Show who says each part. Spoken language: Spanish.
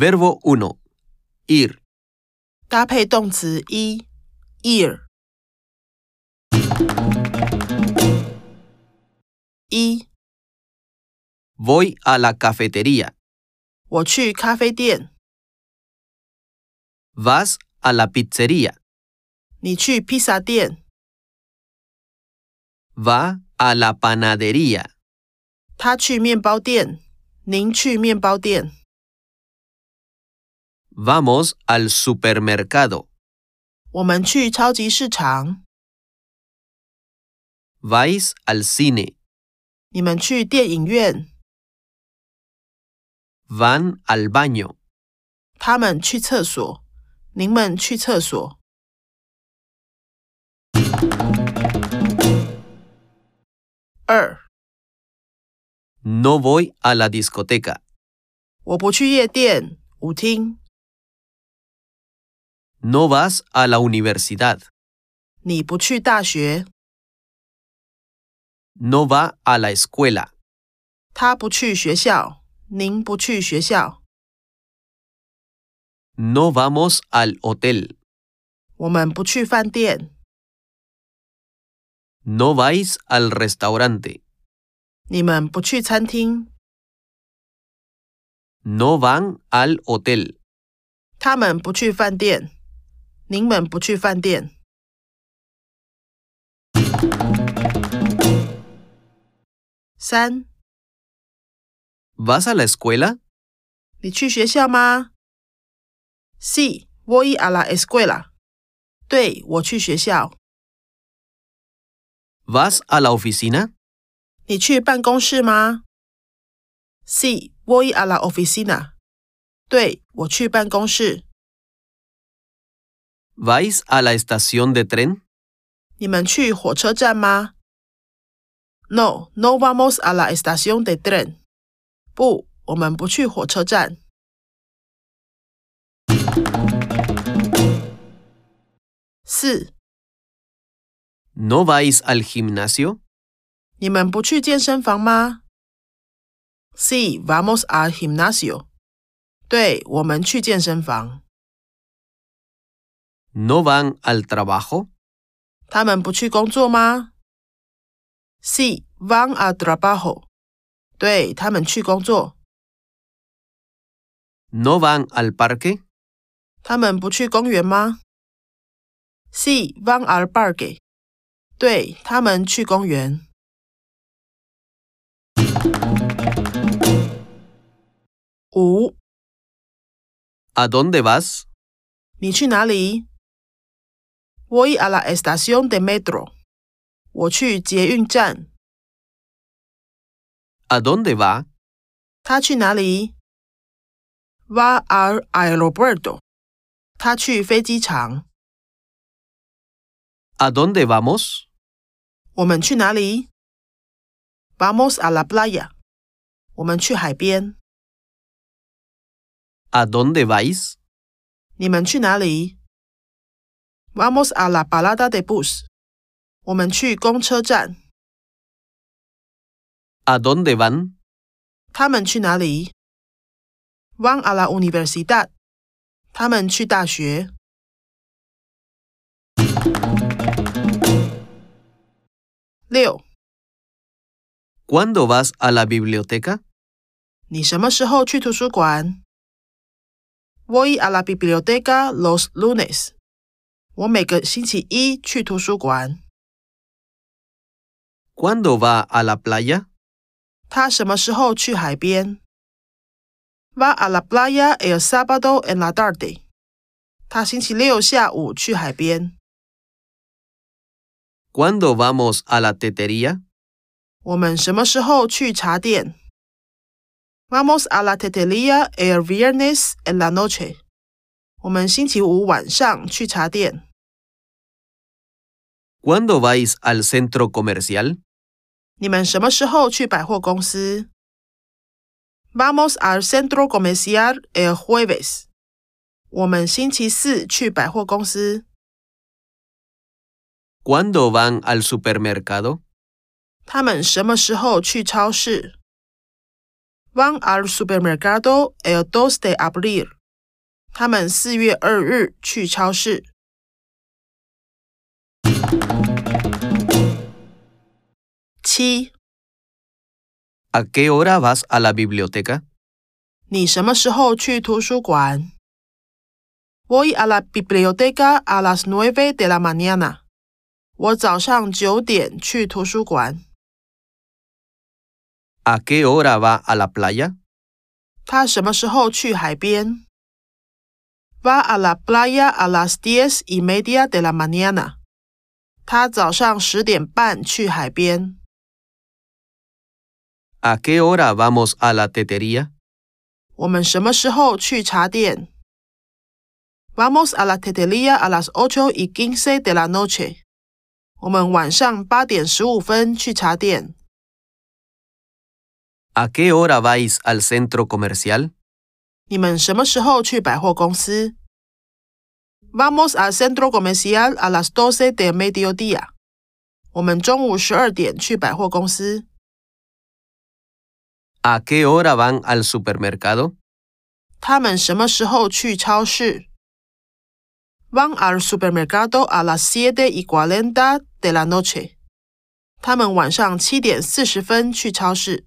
Speaker 1: Verbo 1. Ir.
Speaker 2: 搭配动词一 ear。一，
Speaker 1: Voy a la cafetería.
Speaker 2: 我去咖啡店，
Speaker 1: Vas a la pizzería.
Speaker 2: 你去披萨店，
Speaker 1: Va a la panadería.
Speaker 2: 他去面包店，您去面包店，
Speaker 1: Vamos al supermercado.
Speaker 2: 我们去超级市场，
Speaker 1: Vais al cine.
Speaker 2: 你们去电影院，
Speaker 1: Van al baño.
Speaker 2: 他们去厕所，您们去厕所。二，
Speaker 1: No voy a la discoteca.
Speaker 2: 我不去夜店、舞厅，
Speaker 1: No vas a la universidad.
Speaker 2: 你不去大学，
Speaker 1: No va a la escuela.
Speaker 2: 他不去学校，您不去学校，
Speaker 1: No vamos al hotel.
Speaker 2: 我们不去饭店，
Speaker 1: No vais al restaurante.
Speaker 2: 你们不去餐厅，
Speaker 1: No van al hotel.
Speaker 2: 他们不去饭店，您们不去饭店。三，
Speaker 1: ¿Vas a la escuela?
Speaker 2: 你去学校吗？Sí, voy a la escuela。对，我去学校。
Speaker 1: ¿Vas a la oficina?
Speaker 2: 你去办公室吗？Sí, voy a la oficina。对，我去办公室。
Speaker 1: ¿Vais a la estación de tren?
Speaker 2: 你们去火车站吗？No, no vamos a la estación de tren。不，我们不去火车站。四，
Speaker 1: ¿No vais al gimnasio?
Speaker 2: 你们不去健身房吗？Sí, vamos al gimnasio。对，我们去健身房。
Speaker 1: ¿No van al trabajo?
Speaker 2: 他们不去工作吗？Sí, van a trabajo。对他们去工作，
Speaker 1: ¿No van al parque?
Speaker 2: 他们不去公园吗？Sí, van al parque。对他们去公园。五，
Speaker 1: ¿A dónde vas?
Speaker 2: 你去哪里？Voy a la estación de metro。我去捷运站。
Speaker 1: ¿A dónde va?
Speaker 2: 他去哪里？Va al aeropuerto。他去飞机场。
Speaker 1: ¿A dónde vamos?
Speaker 2: 我们去哪里？Vamos a la playa。我们去海边。
Speaker 1: ¿A dónde vais?
Speaker 2: 你们去哪里？Vamos a la parada de bus。我们去公车站。
Speaker 1: ¿A dónde van?
Speaker 2: 他们去哪里？Van a la universidad。他们去大学。六，
Speaker 1: ¿Cuándo vas a la biblioteca?
Speaker 2: 你什么时候去图书馆？Voy a la biblioteca los lunes。我每个星期一去图书馆。
Speaker 1: ¿Cuándo va a la playa?
Speaker 2: 他什么时候去海边？Va a la playa el sábado en la tarde。他星期六下午去海边。
Speaker 1: ¿Cuándo vamos a la tetería?
Speaker 2: 我们什么时候去茶店？Vamos a la tetería el viernes en la noche。我们星期五晚上去茶店。
Speaker 1: ¿Cuándo vais al centro comercial?
Speaker 2: 你们什么时候去百货公司？Vamos al centro comercial el jueves。我们星期四去百货公司。
Speaker 1: ¿Cuándo van al supermercado?
Speaker 2: 他们什么时候去超市 van al supermercado el 2 de abril。他们四月二日去超市。七，
Speaker 1: ¿A qué hora vas a la biblioteca?
Speaker 2: 你什么时候去图书馆？Voy a la biblioteca a las nueve de la mañana。我早上九点去图书馆。
Speaker 1: ¿A qué hora va a la playa?
Speaker 2: 他什么时候去海边？Va a la playa a las diez y media de la mañana。他早上十点半去海边。
Speaker 1: ¿A qué hora vamos a la tetería?
Speaker 2: 我们什么时候去茶店？Vamos a la tetería a las ocho y quince de la noche。我们晚上八点十五分去茶店。
Speaker 1: ¿A qué hora vais al centro comercial?
Speaker 2: 你们什么时候去百货公司？Vamos al centro comercial a las doce de mediodía。我们中午十二点去百货公司。
Speaker 1: ¿A qué hora van al supermercado?
Speaker 2: 他们什么时候去超市？Van al supermercado a las siete y cuarenta de la noche。他们晚上七点四十分去超市。